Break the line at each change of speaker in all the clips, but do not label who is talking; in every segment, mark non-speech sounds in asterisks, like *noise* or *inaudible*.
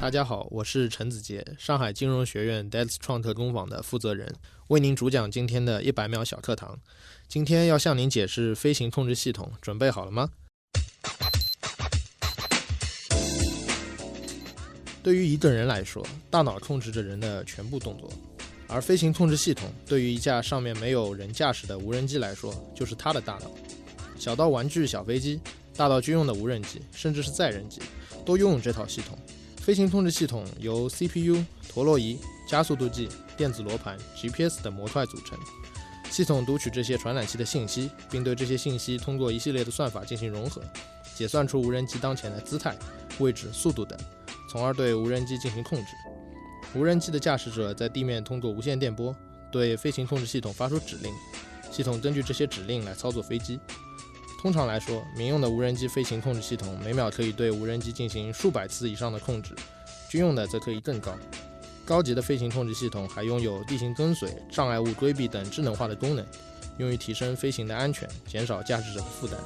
大家好，我是陈子杰，上海金融学院 DEX 创特工坊的负责人，为您主讲今天的一百秒小课堂。今天要向您解释飞行控制系统，准备好了吗？对于一个人来说，大脑控制着人的全部动作，而飞行控制系统对于一架上面没有人驾驶的无人机来说，就是它的大脑。小到玩具小飞机，大到军用的无人机，甚至是载人机，都拥有这套系统。飞行控制系统由 CPU、陀螺仪、加速度计、电子罗盘、GPS 等模块组成。系统读取这些传感器的信息，并对这些信息通过一系列的算法进行融合，结算出无人机当前的姿态、位置、速度等，从而对无人机进行控制。无人机的驾驶者在地面通过无线电波对飞行控制系统发出指令，系统根据这些指令来操作飞机。通常来说，民用的无人机飞行控制系统每秒可以对无人机进行数百次以上的控制，军用的则可以更高。高级的飞行控制系统还拥有地形跟随、障碍物规避等智能化的功能，用于提升飞行的安全，减少驾驶者的负担。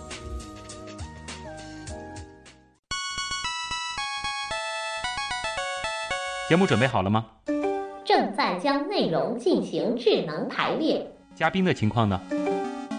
节目准备好了吗？
正在将内容进行智能排列，
嘉宾的情况呢？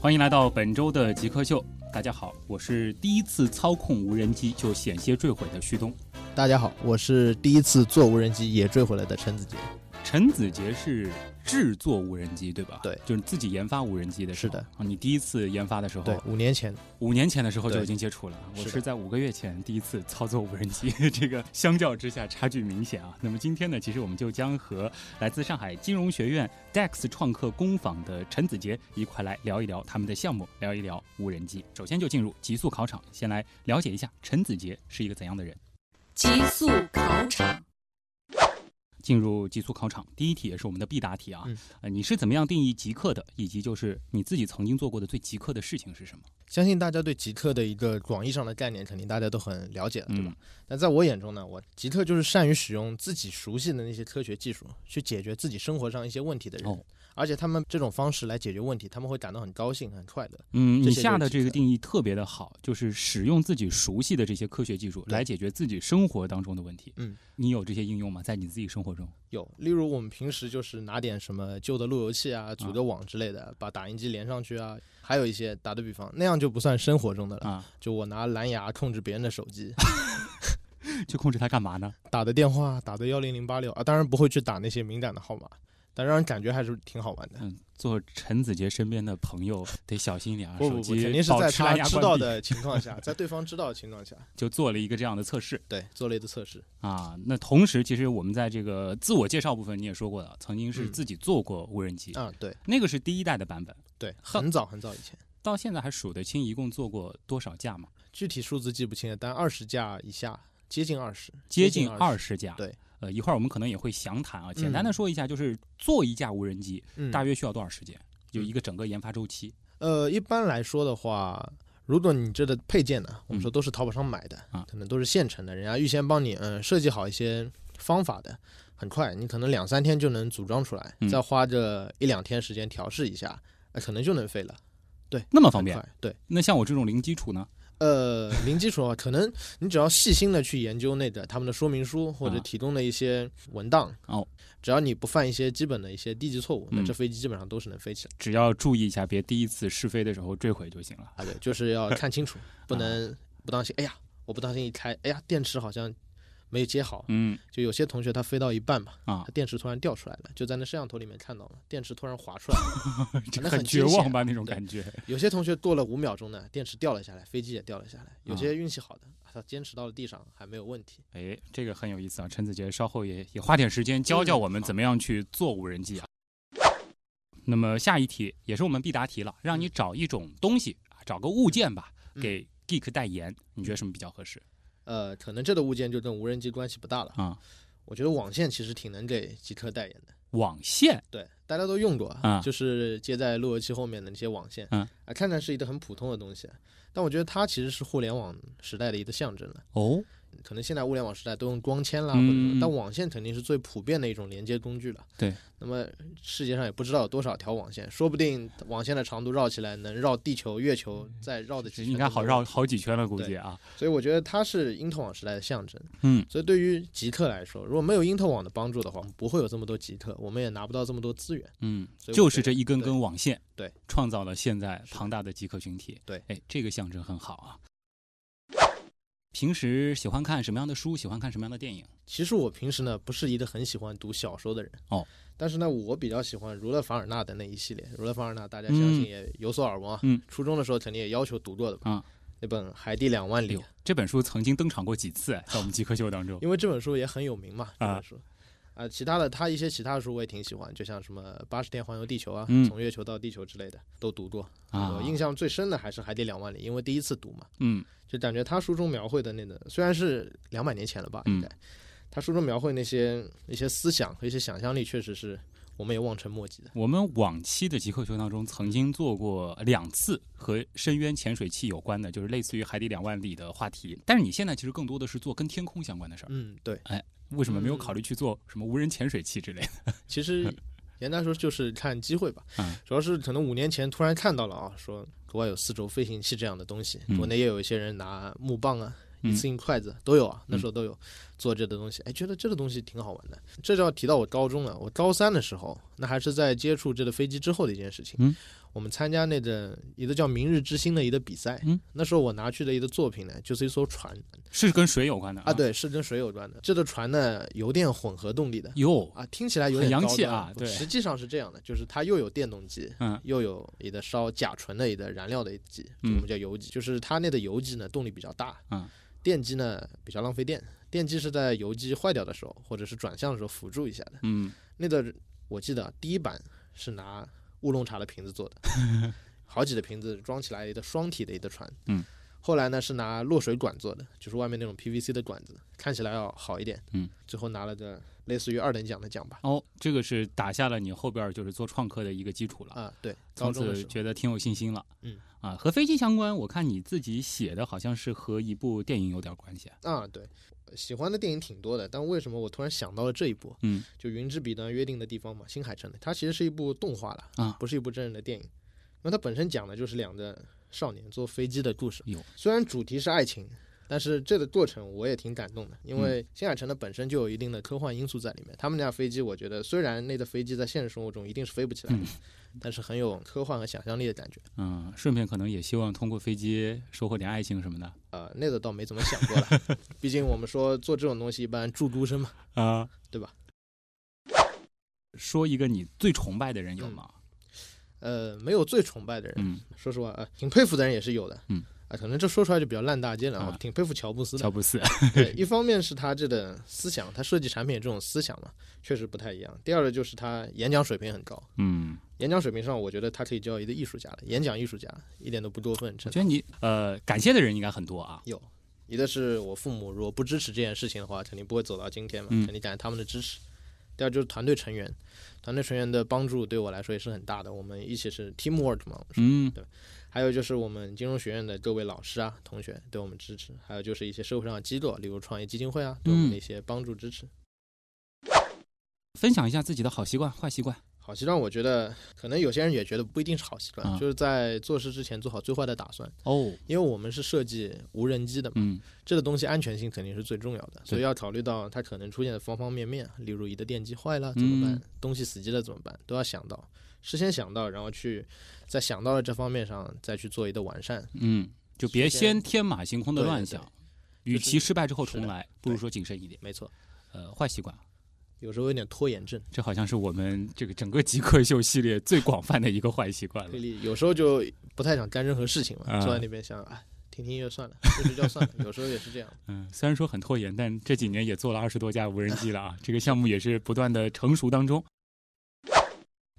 欢迎来到本周的极客秀，大家好，我是第一次操控无人机就险些坠毁的旭东。
大家好，我是第一次坐无人机也坠毁了的陈子杰。
陈子杰是制作无人机对吧？
对
就是自己研发无人机的时候。
是的
啊，你第一次研发的时候，
对，哦五年前，
五年前的时候就
对
已经接触了，我
是的
是在五个月前第一次操作无人机， *laughs* 这个相较之下差距明显啊。那么今天呢，其实我们就将和来自上海金融学院 DEX 创客工坊的陈子杰一块来聊一聊他们的项目，聊一聊无人机。首先就进入极速考场，先来了解一下陈子杰是一个怎样的人。
极速考场，
进入极速考场，第一题也是我们的必答题啊。
嗯
呃，你是怎么样定义极客的？以及就是你自己曾经做过的最极客的事情是什么？
相信大家对极客的一个广义上的概念，肯定大家都很了解了，对吧？
嗯
但在我眼中呢，我极客就是善于使用自己熟悉的那些科学技术去解决自己生活上一些问题的人，
哦
而且他们这种方式来解决问题，他们会感到很高兴、很快乐。
嗯，
这
你
些就是
下的
极
这个
客
定义特别的好，就是使用自己熟悉的这些科学技术
对
来解决自己生活当中的问题。
嗯，
你有这些应用吗？在你自己生活中？
有，例如我们平时就是拿点什么旧的路由器啊，组个网之类的，把打印机连上去啊，还有一些打个比方，那样就不算生活中的了。
啊，
就我拿蓝牙控制别人的手机，
去控制它干嘛呢？
打的电话打的幺零零八六啊，当然不会去打那些敏感的号码，但让人感觉还是挺好玩的。
嗯，做陈子杰身边的朋友得小心一点啊，
不
手
不不，
机
肯定是
保
在
持蓝
他
牙
知
关
道
闭
的情况下，在对方知道的情况下，
就做了一个这样的测试
对做了一次测试。
啊。那同时，其实我们在这个自我介绍部分你也说过了，曾经是
嗯
自己做过无人机，
啊，对
那个是第一代的版本，
对，
呵
很早很早以前，
到现在还数得清一共做过多少架吗？
具体数字记不清了，但二十架以下，接近二十，
接近
二
二。十架。
对，
呃，一会儿我们可能也会详谈啊。简单
嗯
的说一下，就是做一架无人机
嗯，
大约需要多少时间？就
嗯
一个整个研发周期
呃，一般来说的话，如果你这个配件呢，我们说都是淘宝上买的，
啊
可能都是现成的，人家预先帮你嗯、呃设计好一些方法的，很快，你可能两三天就能组装出来，
嗯
再花这一两天时间调试一下，呃可能就能飞了。对，
那么方便
很快。对，
那像我这种零基础呢？
呃，零基础的话，可能你只要细心的去研究那个他们的说明书或者
啊
提供的一些文档，
哦，
只要你不犯一些基本的一些低级错误，那
嗯
这飞机基本上都是能飞起来。
只要注意一下，别第一次试飞的时候坠毁就行了。
啊，对， *laughs* 就是要看
*laughs*
清楚，
啊
不能不当心。哎呀，我不当心一开，哎呀，电池好像没有接好。
嗯
就有些同学他飞到一半嘛，
啊
他，电池突然掉出来了，就在那摄像头里面看到了，电池突然滑出来了。
这 *laughs*
那
很
很
绝
惊险
望
啊
吧那种
对
感觉。
有些同学过了五秒钟呢，电池掉了下来，飞机也掉了下来。有
啊
些运气好的，他坚持到了地上还没有问题。
哎，这个很有意思啊！
嗯
陈子杰稍后也也花点时间教教我们怎么样去做无人机啊。那么下一题也是我们必答题了，让你找一种东西啊，找个物件吧，
嗯
给 geek 代言，你觉得什么比较合适
呃，可能这个物件就跟无人机关系不大了。
啊？
我觉得网线其实挺能给极客代言的。
网线
对，大家都用过啊，
啊
就是接在路由器后面的那些网线，
嗯
啊，看看是一个很普通的东西，但我觉得它其实是互联网时代的一个象征了。
哦，
可能现在物联网时代都用光纤啦，
嗯
或者什么但网线肯定是最普遍的一种连接工具了。
对，
那么世界上也不知道有多少条网线，说不定网线的长度绕起来能绕地球、月球，再绕的
这应该好绕。好几圈了，估计啊，
所以我觉得它是因特网时代的象征。
嗯，
所以对于极客来说，如果没有因特网的帮助的话，我们不会有这么多极客，我们也拿不到这么多资源。
嗯，
所以我
就是
觉
这
得
一根
对
根网线，
对，
创造了现在
是的
庞大的极客群体。
对
哎，这个象征很好啊。平时喜欢看什么样的书？喜欢看什么样的电影？
其实我平时呢不是一个很喜欢读小说的人
哦，
但是呢我比较喜欢儒勒凡尔纳的那一系列。儒勒凡尔纳大家相信
嗯
也有所耳闻啊，
嗯
初中的时候肯定也要求读过的吧？
啊
那本《海底两万
哎
里
呦》，，这本书曾经登场过几次，哎在我们极客秀当中。
因为这本书也很有名嘛，这
啊
本书。啊，其他的他一些其他的书我也挺喜欢，就像什么《八十天环游地球》啊，
嗯
从月球到地球之类的都读过。
啊
我印象最深的还是《海底两万里》，因为第一次读嘛，
嗯
就感觉他书中描绘的那个，虽然是两百年前了吧，
嗯
应该，他书中描绘那些一些思想和一些想象力，确实是我们也望尘莫及的。
我们往期的极客秀当中曾经做过两次和深渊潜水器有关的，就是类似于海底两万里的话题。但是你现在其实更多的是做跟天空相关的事儿，
嗯，对，
为什么没有
嗯
考虑去做什么无人潜水器之类的？
*laughs* 其实简单说就是看机会吧
嗯，
主要是可能五年前突然看到了啊，说国外有四轴飞行器这样的东西，
嗯
国内也有一些人拿木棒啊。
嗯
一次性筷子都有啊，那时候都有做这个东西，哎，觉得这个东西挺好玩的。这就要提到我高中了，我高三的时候，那还是在接触这个飞机之后的一件事情。
嗯
我们参加那个一个叫“明日之星”的一个比赛，
嗯啊
那时候我拿去的一个作品呢，就是一艘船
是跟水有关的
啊，，对，是跟水有关的。这个船呢，油电混合动力的，
哟，
啊，听起来有
很
点
洋
高
气
端
啊
不
对
实际上是这样的，就是它又有电动机，
嗯
又有一个烧甲醇的一个燃料的一个机，就我们叫油机，就是它那个油机呢动力比较大，
嗯，
电机呢比较浪费电，电机是在油机坏掉的时候或者是转向的时候辅助一下的。
嗯，
那个我记得啊第一版是拿乌龙茶的瓶子做的，
*laughs*
好几个瓶子装起来一个双体的一个船，
嗯。
后来呢是拿落水管做的，就是外面那种 PVC 的管子，看起来要好一点。
嗯，
最后拿了个类似于二等奖的奖吧。
哦，这个是打下了你后边儿就是做创客的一个基础了，
啊，对，高
从
中的
此
时候，
觉得挺有信心了。
嗯，
啊，和飞机相关，我看你自己写的好像是和一部电影有点关系。
啊，对，喜欢的电影挺多的，但为什么我突然想到了这一部？
嗯，
就《云之彼端约定的地方》嘛，新海诚的，它其实是一部动画了，
啊
不是一部真人的电影，因为它本身讲的就是两个少年坐飞机的故事。
有，
虽然主题是爱情。但是这个过程我也挺感动的，因
嗯
为新海诚的本身就有一定的科幻因素在里面。他们那架飞机，我觉得虽然那个飞机在现实生活中一定是飞不起来的，但是很有科幻和想象力的感觉。
嗯，顺便可能也希望通过飞机收获点爱情什么的。
呃，那个倒没怎么想过了， *laughs* 毕竟我们说做这种东西一般助孤身嘛。
啊，
对吧？
说一个你最崇拜的人有吗？
呃，没有最崇拜的人，
嗯，
说实话，呃，挺佩服的人也是有的。
嗯，
啊、可能这说出来就比较烂大街了。
啊
我挺佩服乔布斯的 *laughs*
乔。布斯。
对，一方面是他这个思想，他设计产品这种思想嘛，确实不太一样。第二个就是他演讲水平很高，
嗯，
演讲水平上，我觉得他可以叫一个艺术家了，演讲艺术家一点都不过分。真
我觉
的
得你呃，感谢的人应该很多啊。
有，一个是我父母如果不支持这件事情的话，肯定不会走到今天嘛，
嗯
肯定感谢他们的支持。第二就是团队成员，团队成员的帮助对我来说也是很大的。我们一起是 teamwork 嘛，我们说
嗯
还有就是我们金融学院的各位老师啊、同学对我们支持，还有就是一些社会上的机构，例如创业基金会啊，对我
嗯
们的一些帮助支持。
分享一下自己的好习惯、坏习惯。
好习惯，我觉得可能有些人也觉得不一定是好习惯，
啊
就是在做事之前做好最坏的打算，
哦，
因为我们是设计无人机的嘛，
嗯
这个东西安全性肯定是最重要的，所以要考虑到它可能出现的方方面面，例如一个电机坏了怎么办，
嗯
东西死机了怎么办，都要想到，事先想到，然后去在想到了这方面上再去做一个完善。
嗯，就别先天马行空的
对对
乱
对
想，
就是
与其失败之后
是
重
的
来，不如
对
说谨慎一点。
没错，
呃，坏习惯，
有时候有点拖延症。
这好像是我们这个整个极客秀系列最广泛的一个坏习惯
对
了。
立，有时候就不太想干任何事情嘛，
啊
坐在那边想，哎，听听音乐算了，睡睡觉算了。有时候也是这样。
嗯，虽然说很拖延，但这几
*laughs*
年也做了二十多架无人机了啊，这个项目也是不断的成熟当中。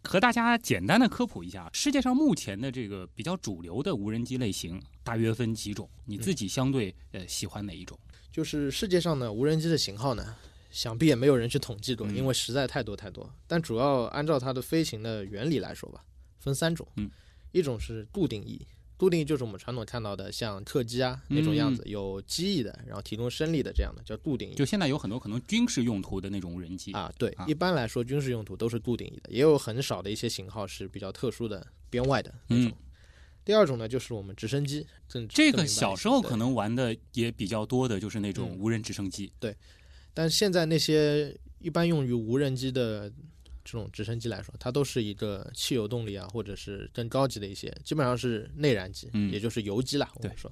和大家简单的科普一下，啊世界上目前的这个比较主流的无人机类型大约分几种？你
嗯
自己相对呃喜欢哪一种？
就是世界上的无人机的型号呢，想必也没有人去统计过，
嗯
因为实在太多太多。但主要按照它的飞行的原理来说吧，分三种，
嗯
一种是固定翼，固定翼就是我们传统看到的像客机啊
嗯
那种样子，有机翼的，然后提供升力的这样的叫固定翼。
就现在有很多可能军事用途的那种无人机，
嗯啊，对，
啊
一般来说军事用途都是固定翼的，也有很少的一些型号是比较特殊的编外的那种。
嗯
第二种呢，就是我们直升机，更更
这
明白
个
一
小
些
时候
对
可能玩的也比较多的就是那种
嗯
无人直升机。
但现在那些一般用于无人机的这种直升机来说，它都是一个汽油动力啊，或者是更高级的一些，基本上是内燃机，
嗯
也就是油机啦。我
对
们说，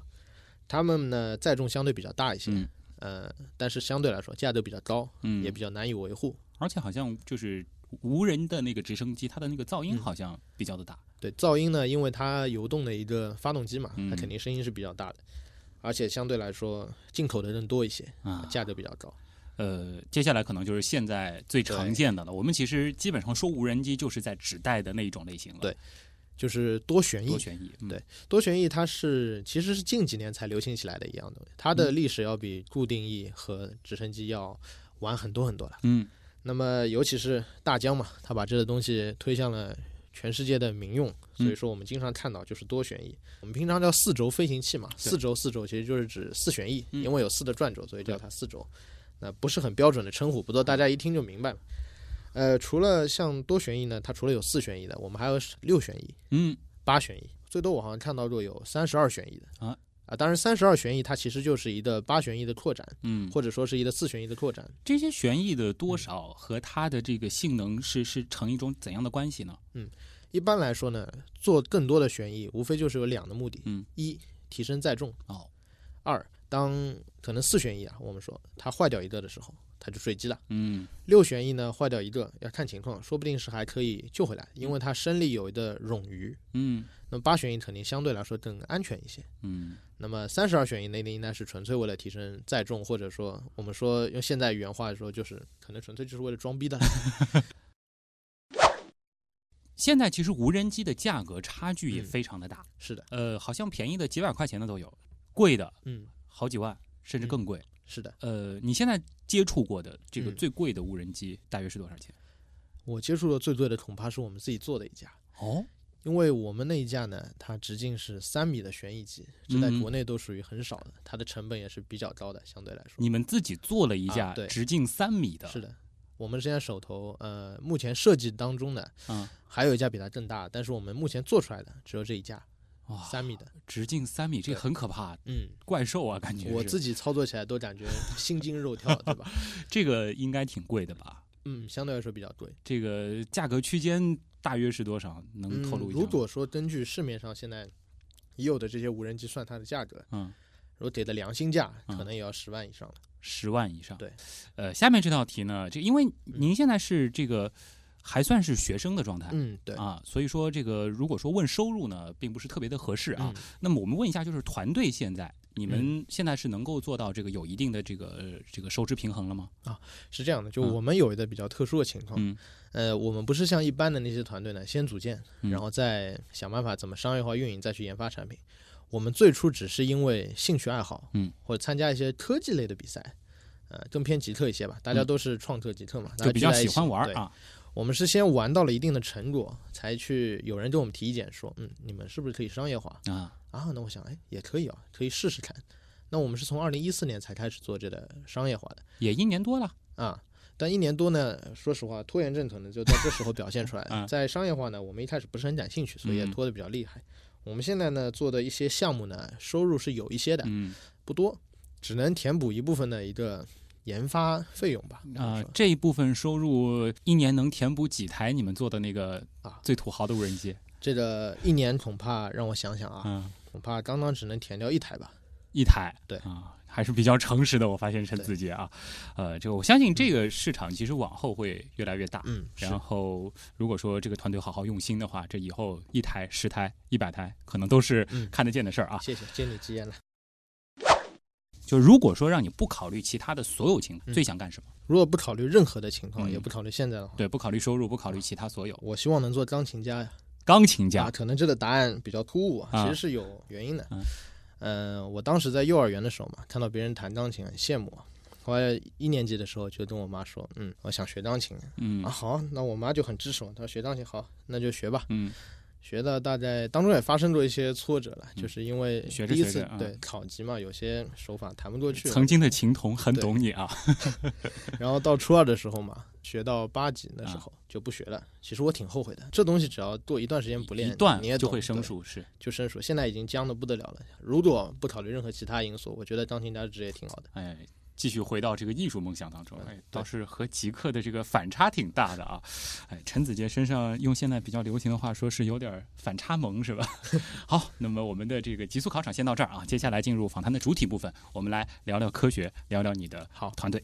它们呢载重相对比较大一些，
嗯
呃，但是相对来说价格比较高，
嗯，
也比较难以维护。
而且好像就是无人的那个直升机，它的那个噪音
嗯
好像比较的大。
对噪音呢，因为它游动的一个发动机嘛，
嗯
它肯定声音是比较大的，而且相对来说进口的更多一些，
啊
价格比较高。
呃，接下来可能就是现在最常见的了。我们其实基本上说无人机就是在指代的那一种类型了，
对就是多旋翼
多，旋翼。嗯
对多旋翼它是其实是近几年才流行起来的一样东西，它
嗯
的历史要比固定翼和直升机要晚很多很多了。
嗯
那么尤其是大疆嘛，它把这个东西推向了全世界的民用，所
嗯
以说我们经常看到就是多旋翼。我们平常叫四轴飞行器嘛，四轴四轴其实就是指四旋翼，
嗯
因为有四的转轴，所以叫它四轴。那不是很标准的称呼，不过大家一听就明白了。呃，除了像多旋翼呢，它除了有四旋翼的，我们还有六旋翼，
嗯
八旋翼，最多我好像看到过有三十二旋翼的
啊
啊，当然三十二旋翼它其实就是一个八旋翼的扩展，
嗯，
或者嗯说是一个四旋翼的扩展。
这些旋翼的多少和它的这个性能是是成一种怎样的关系呢？
一般来说呢，做更多的旋翼无非就是有两个目的：
嗯
一提升载重，
哦，
二当可能四旋翼啊，我们说它坏掉一个的时候，它就坠机了。
嗯
六旋翼呢，坏掉一个要看情况，说不定是还可以救回来，因为它升力有一个冗余。
嗯
那么八旋翼肯定相对来说更安全一些。
嗯
那么三十二选一那个应该是纯粹为了提升载重，或者说我们说用现在原话说，就是可能纯粹就是为了装逼的。
*laughs* 现在其实无人机的价格差距也
嗯
非常的大，
是的，
呃，好像便宜的几百块钱的都有，贵的
嗯，
好几万甚至更贵。
是的。
呃，你现在接触过的这个
嗯
最贵的无人机大约是多少钱？
我接触的最贵的恐怕是我们自己做的一架，
哦，
因为我们那一架呢，它直径是三米的旋翼机，这在
嗯
国内都属于很少的，它的成本也是比较高的，相对来说。
你们自己做了一架
啊对
直径三米的，
是的，我们现在手头呃，目前设计当中呢，
啊，
还有一架比它更大，但是我们目前做出来的只有这一架
哇，
三米的，
直径三米，这
对
很可怕，
嗯。
怪兽啊，感觉
我
是
自己操作起来都感觉心惊肉跳，对吧？
这个应该挺贵的吧？
嗯，相对来说比较贵。
这个价格区间大约是多少？
嗯
能透露一下吗？
如果说根据市面上现在已有的这些无人机算它的价格，
嗯，
如果给的良心价，
嗯
可能也要十万以上了。
十万以上，
对，嗯
呃，下面这道题呢，这因为您现在是这个还算是学生的状态。
嗯，对。
啊，所以说这个如果说问收入呢，并不是特别的合适啊。
嗯
那么我们问一下，就是团队现在你们现在是能够做到这个有一定的这个呃这个收支平衡了吗？
是这样的，就
嗯
我们有一个比较特殊的情况，
嗯
呃，我们不是像一般的那些团队呢，先组建，
嗯
然后再想办法怎么商业化运营，再去研发产品。我们最初只是因为兴趣爱好，
嗯，
或者参加一些科技类的比赛，呃，更偏极客一些吧。大家
嗯
都是创客极客嘛，大
就
家
比
聚
较
在一
喜
起
欢玩儿
对
啊。
我们是先玩到了一定的成果，才去有人给我们提意见说，嗯，你们是不是可以商业化
啊，
啊？那我想，哎，也可以啊，可以试试看。那我们是从二零一四年才开始做这个商业化的
也一年多了，
啊，但一年多呢，说实话，拖延症可能就在这时候表现出来
*laughs* 啊
了。在商业化呢，我们一开始不是很感兴趣，所以也
嗯
拖得比较厉害。我们现在呢做的一些项目呢，收入是有一些的，
嗯
不多，只能填补一部分的一个研发费用吧。这么
啊、
说
这一部分收入一年能填补几台你们做的那个
啊
最土豪的无人机？
这个一年恐怕让我想想啊，
嗯，
恐怕刚刚只能填掉一台吧。
一台，
对
啊。还是比较诚实的，我发现陈
对
子杰啊，呃，这个我相信这个市场其实往后会越来越大，
嗯，是
然后，如果说这个团队好好用心的话，这以后一台、十台、一百台，可能都是
嗯
看得见的事儿啊。
谢谢，借你吉言了。
就如果说让你不考虑其他的所有情况，
嗯
最想干什么？
如果不考虑任何的情况，
嗯
也不考虑现在的话，
对，不考虑收入，不考虑其他所有，
我希望能做钢琴家呀。
钢琴
啊，
家。
可能这个答案比较突兀
啊
啊，其实是有原因的
嗯。
嗯、我当时在幼儿园的时候嘛，看到别人弹钢琴很羡慕啊。后来一年级的时候就跟我妈说，嗯，我想学钢琴
嗯
啊。好，那我妈就很支持我，她说学钢琴好，那就学吧。
嗯
学的大概当中也发生过一些挫折了，
嗯
就是因为
学着
第一
学
次
着啊
对考级嘛，有些手法弹不过去了。
曾经的琴童很
对
懂你啊。
然后到初二的时候嘛，学到八级那时候
啊
就不学了。其实我挺后悔的，这东西只要过一段时间不练，
一段
你也
就
懂
会生，
对
疏，是
就生疏。现在已经僵的不得了了。如果不考虑任何其他因素，我觉得钢琴家职业挺好的。
哎。继续回到这个艺术梦想当中，哎
对，
倒是和极客的这个反差挺大的啊，哎，陈子杰身上用现在比较流行的话说是有点反差萌是吧？ *laughs* 好，那么我们的这个极速考场先到这儿啊，接下来进入访谈的主体部分，我们来聊聊科学，聊聊你的
好
团队。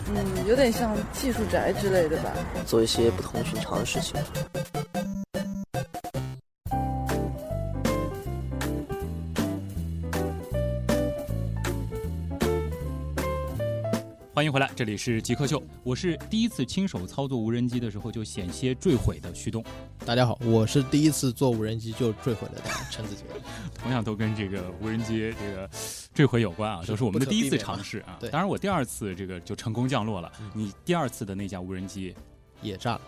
嗯，有点像技术宅之类的吧。
做一些不同寻常的事情。
欢迎回来，这里是极客秀，我是第一次亲手操作无人机的时候就险些坠毁的旭东，
大家好，我是第一次坐无人机就坠毁
*laughs*
的陈子杰。
同样都跟这个无人机这个坠毁有关啊，
是
都是我们的
不可
第一
避
次
免嘛
尝试啊。
对嗯
当然我第二次这个就成功降落了，你第二次的那架无人机
也炸了，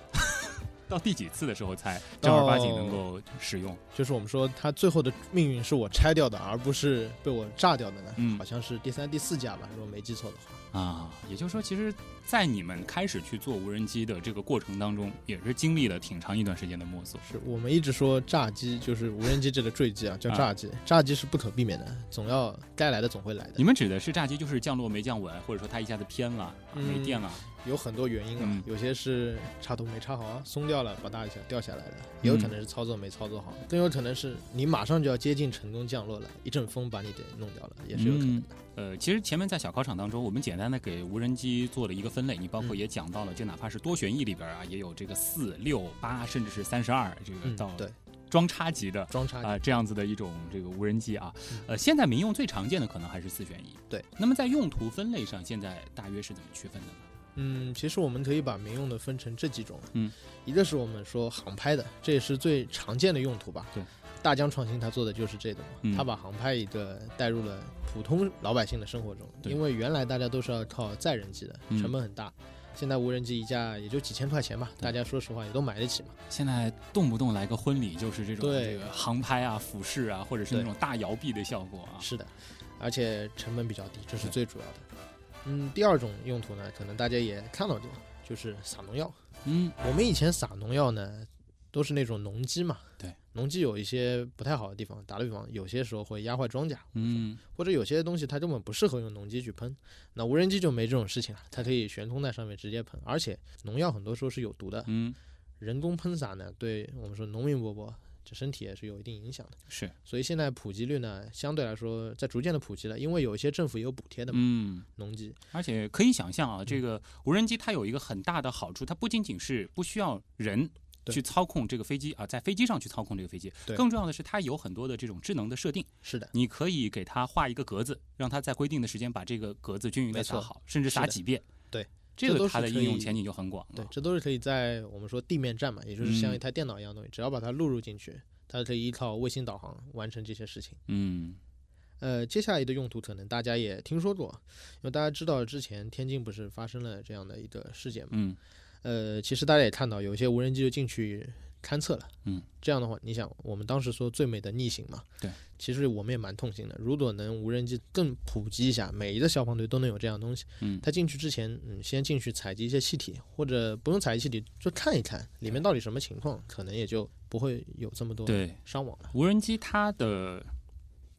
到第几次的时候
哦
才正儿八经能够使用？
就是我们说他最后的命运是我拆掉的，而不是被我炸掉的呢。
嗯
好像是第三、第四架吧，如果没记错的话。
啊，也就是说，其实，在你们开始去做无人机的这个过程当中，也是经历了挺长一段时间的摸索。
是我们一直说炸机就是无人机这个坠机啊，叫
啊
炸机，炸机是不可避免的，总要该来的总会来的
你。们指的是炸机，就是降落没降稳，或者说它一下子偏了、啊
嗯
没电了，
有很多原因啊，
嗯
有些是插头没插好啊，松掉了，吧嗒一下掉下来
嗯
的，也有可能是操作没操作好，更有可能是你马上就要接近成功降落了，一阵风把你给弄掉了，也是有可能的。
呃，其实前面在小考场当中，我们简单的给无人机做了一个分类，你包括
嗯
也讲到了，就哪怕是多旋翼里边啊，也有这个四六八，甚至是三十二这个
嗯，
到
对，
装叉级的
装叉
啊、这样子的一种这个无人机啊。呃，现在民用最常见的可能还是四旋翼。
对，
那么在用途分类上，现在大约是怎么区分的呢？
嗯，其实我们可以把民用的分成这几种，
嗯，
一个是我们说航拍的，这也是最常见的用途吧。
对，
大疆创新它做的就是这个嘛，
嗯
它把航拍一个带入了普通老百姓的生活中，
对
因为原来大家都是要靠载人机的，
嗯
成本很大。现在无人机一架也就几千块钱吧，
对
大家说实话也都买得起嘛。
现在动不动来个婚礼，就是这种
对
这个航拍啊、俯视啊，或者是那种大摇臂的效果啊。
是的，而且成本比较低，这是
对
最主要的。嗯，第二种用途呢，可能大家也看到过，就是撒农药。
嗯，
我们以前撒农药呢，都是那种农机嘛。
对，
农机有一些不太好的地方，打个比方，有些时候会压坏庄稼，
嗯，
或者有些东西它根本不适合用农机去喷。那无人机就没这种事情了，它可以悬空在上面直接喷，而且农药很多时候是有毒的，
嗯，
人工喷洒呢，对我们说农民伯伯这身体也是有一定影响的。
是，
所以现在普及率呢，相对来说在逐渐的普及了，因为有一些政府也有补贴的嘛，
嗯。
农机。
而且可以想象
嗯
啊，这个无人机它有一个很大的好处，它不仅仅是不需要人。
对
去操控这个飞机啊，在飞机上去操控这个飞机，
对
更重要的是它有很多的这种智能的设定，
是的，
你可以给它画一个格子，让它在规定的时间把这个格子均匀的
没
撒
错
好，甚至
是
撒
的
几遍。
对，
这
这
个
都
它
是
的
可
应用
以
前景就很广了。
对，这都是可以在我们说地面站嘛，也就是
嗯
像一台电脑一样的东西，只要把它录入进去，它可以依靠卫星导航完成这些事情。
嗯，
呃，接下来的用途可能大家也听说过，因为大家知道之前天津不是发生了这样的一个事件嘛，
嗯
呃，其实大家也看到，有一些无人机就进去勘测了。
嗯，
这样的话，你想，我们当时说最美的逆行嘛，
对，
其实我们也蛮痛心的。如果能无人机更普及一下，每一个消防队都能有这样的东西，
嗯
他进去之前，嗯，先进去采集一些气体，或者不用采集气体，就看一看里面到底什么情况，可能也就不会有这么多
对，
伤亡了。
无人机它的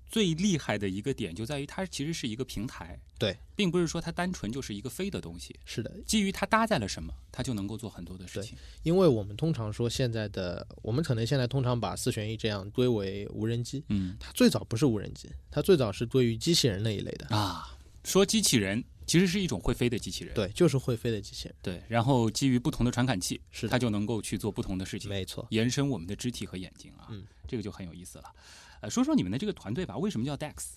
最厉害的一个点就在于它其实是一个平台，
对，
并不是说它单纯就是一个飞的东西，
是的，
基于它搭载了什么，它就能够做很多的事
对
情。
因为我们通常说现在的，我们可能现在通常把四旋翼这样归为无人机，
嗯
它最早不是无人机，它最早是归于机器人那一类的，
啊，说机器人其实是一种会飞的机器人，
对，就是会飞的机器人，
对，然后基于不同的传感器，
是的
它就能够去做不同的事情。
没错。
延伸我们的肢体和眼睛啊，
嗯
这个就很有意思了。呃，说说你们的这个团队吧，为什么叫 Dex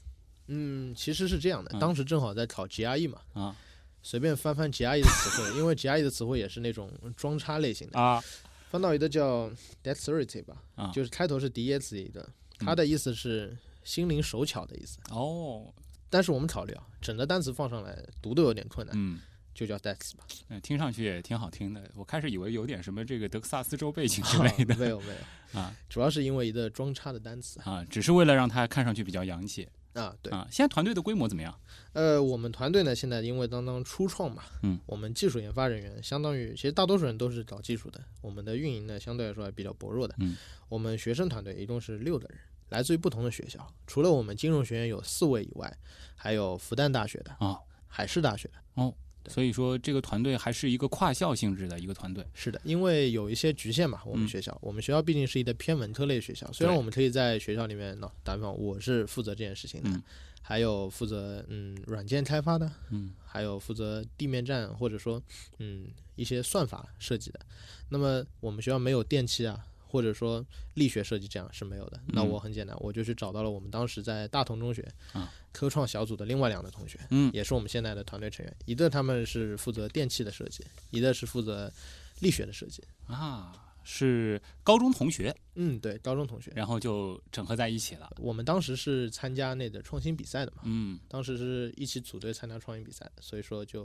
嗯，其实是这样的，
嗯
当时正好在考 GRE 嘛，
啊
随便翻翻 GRE 的词汇，因为 GRE 的词汇也是那种装叉类型的，
啊
翻到一个叫 Dexterity 吧，
啊嗯
就是开头是 D E S E 的，它的意思是心灵手巧的意思。
哦，
但是我们考虑啊，整个单词放上来读都有点困难，
嗯，
就叫 Dex 吧。
呃听上去也挺好听的。我开始以为有点什么这个德克萨斯州背景之
*laughs*
类的
没有没有
嗯啊，
主要是因为一个装叉的单词
啊，只是为了让它看上去比较洋气
啊。对，
啊。现在团队的规模怎么样？
呃，我们团队呢现在因为当当初创嘛，
嗯，
我们技术研发人员相当于其实大多数人都是搞技术的，我们的运营呢相对来说还比较薄弱的。
嗯，
我们学生团队一共是六个人。来自于不同的学校，除了我们金融学院有四位以外，还有复旦大学的、
啊
海事大学的。
所以说这个团队还是一个跨校性质的一个团队。
是的，因为有一些局限嘛，我们
嗯
学校，我们学校毕竟是一个偏文科类学校，虽然我们可以在学校里面，喏，打比方，我是负责这件事情的，
嗯
还有负责嗯软件开发的，
嗯
还有负责地面站或者说嗯一些算法设计的。那么我们学校没有电气啊，或者说力学设计这样是没有的。那
嗯
我很简单，我就去找到了我们当时在大同中学、
啊
科创小组的另外两个同学，
嗯
也是我们现在的团队成员。一个他们是负责电气的设计，一个是负责力学的设计。
啊，是高中同学，
嗯，对，高中同学。
然后就整合在一起了。
我们当时是参加那个创新比赛的嘛，
嗯。
当时是一起组队参加创新比赛，所以说就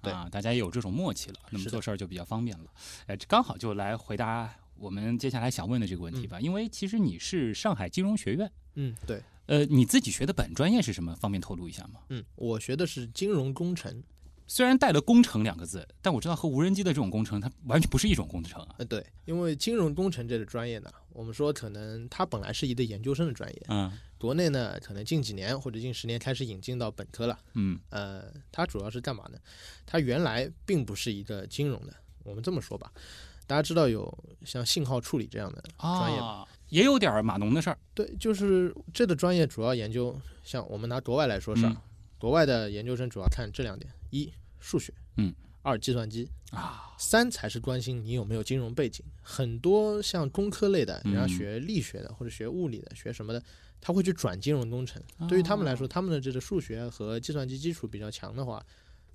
对
啊，大家也有这种默契了，那么
是的
做事儿就比较方便了。哎，这刚好就来回答我们接下来想问的这个问题吧，因为其实你是上海金融学院，
嗯对。
呃，你自己学的本专业是什么？方便透露一下吗？
嗯，我学的是金融工程。
虽然带了“工程”两个字，但我知道和无人机的这种工程，它完全不是一种工程啊。
呃，对，因为金融工程这个专业呢，我们说可能它本来是一个研究生的专业，
嗯
国内呢可能近几年或者近十年开始引进到本科了。
嗯
呃，它主要是干嘛呢？它原来并不是一个金融的，我们这么说吧，大家知道有像信号处理这样的专业吗，
啊，也有点儿码农的事儿。
对，就是这个专业主要研究，像我们拿国外来说是啊，国外的研究生主要看这两点：一数学，
嗯，
二计算机，
啊，
三才是关心你有没有金融背景。很多像工科类的，
嗯
人家学力学的或者学物理的、学什么的，他会去转金融工程。
哦
对于他们来说，他们的这个数学和计算机基础比较强的话，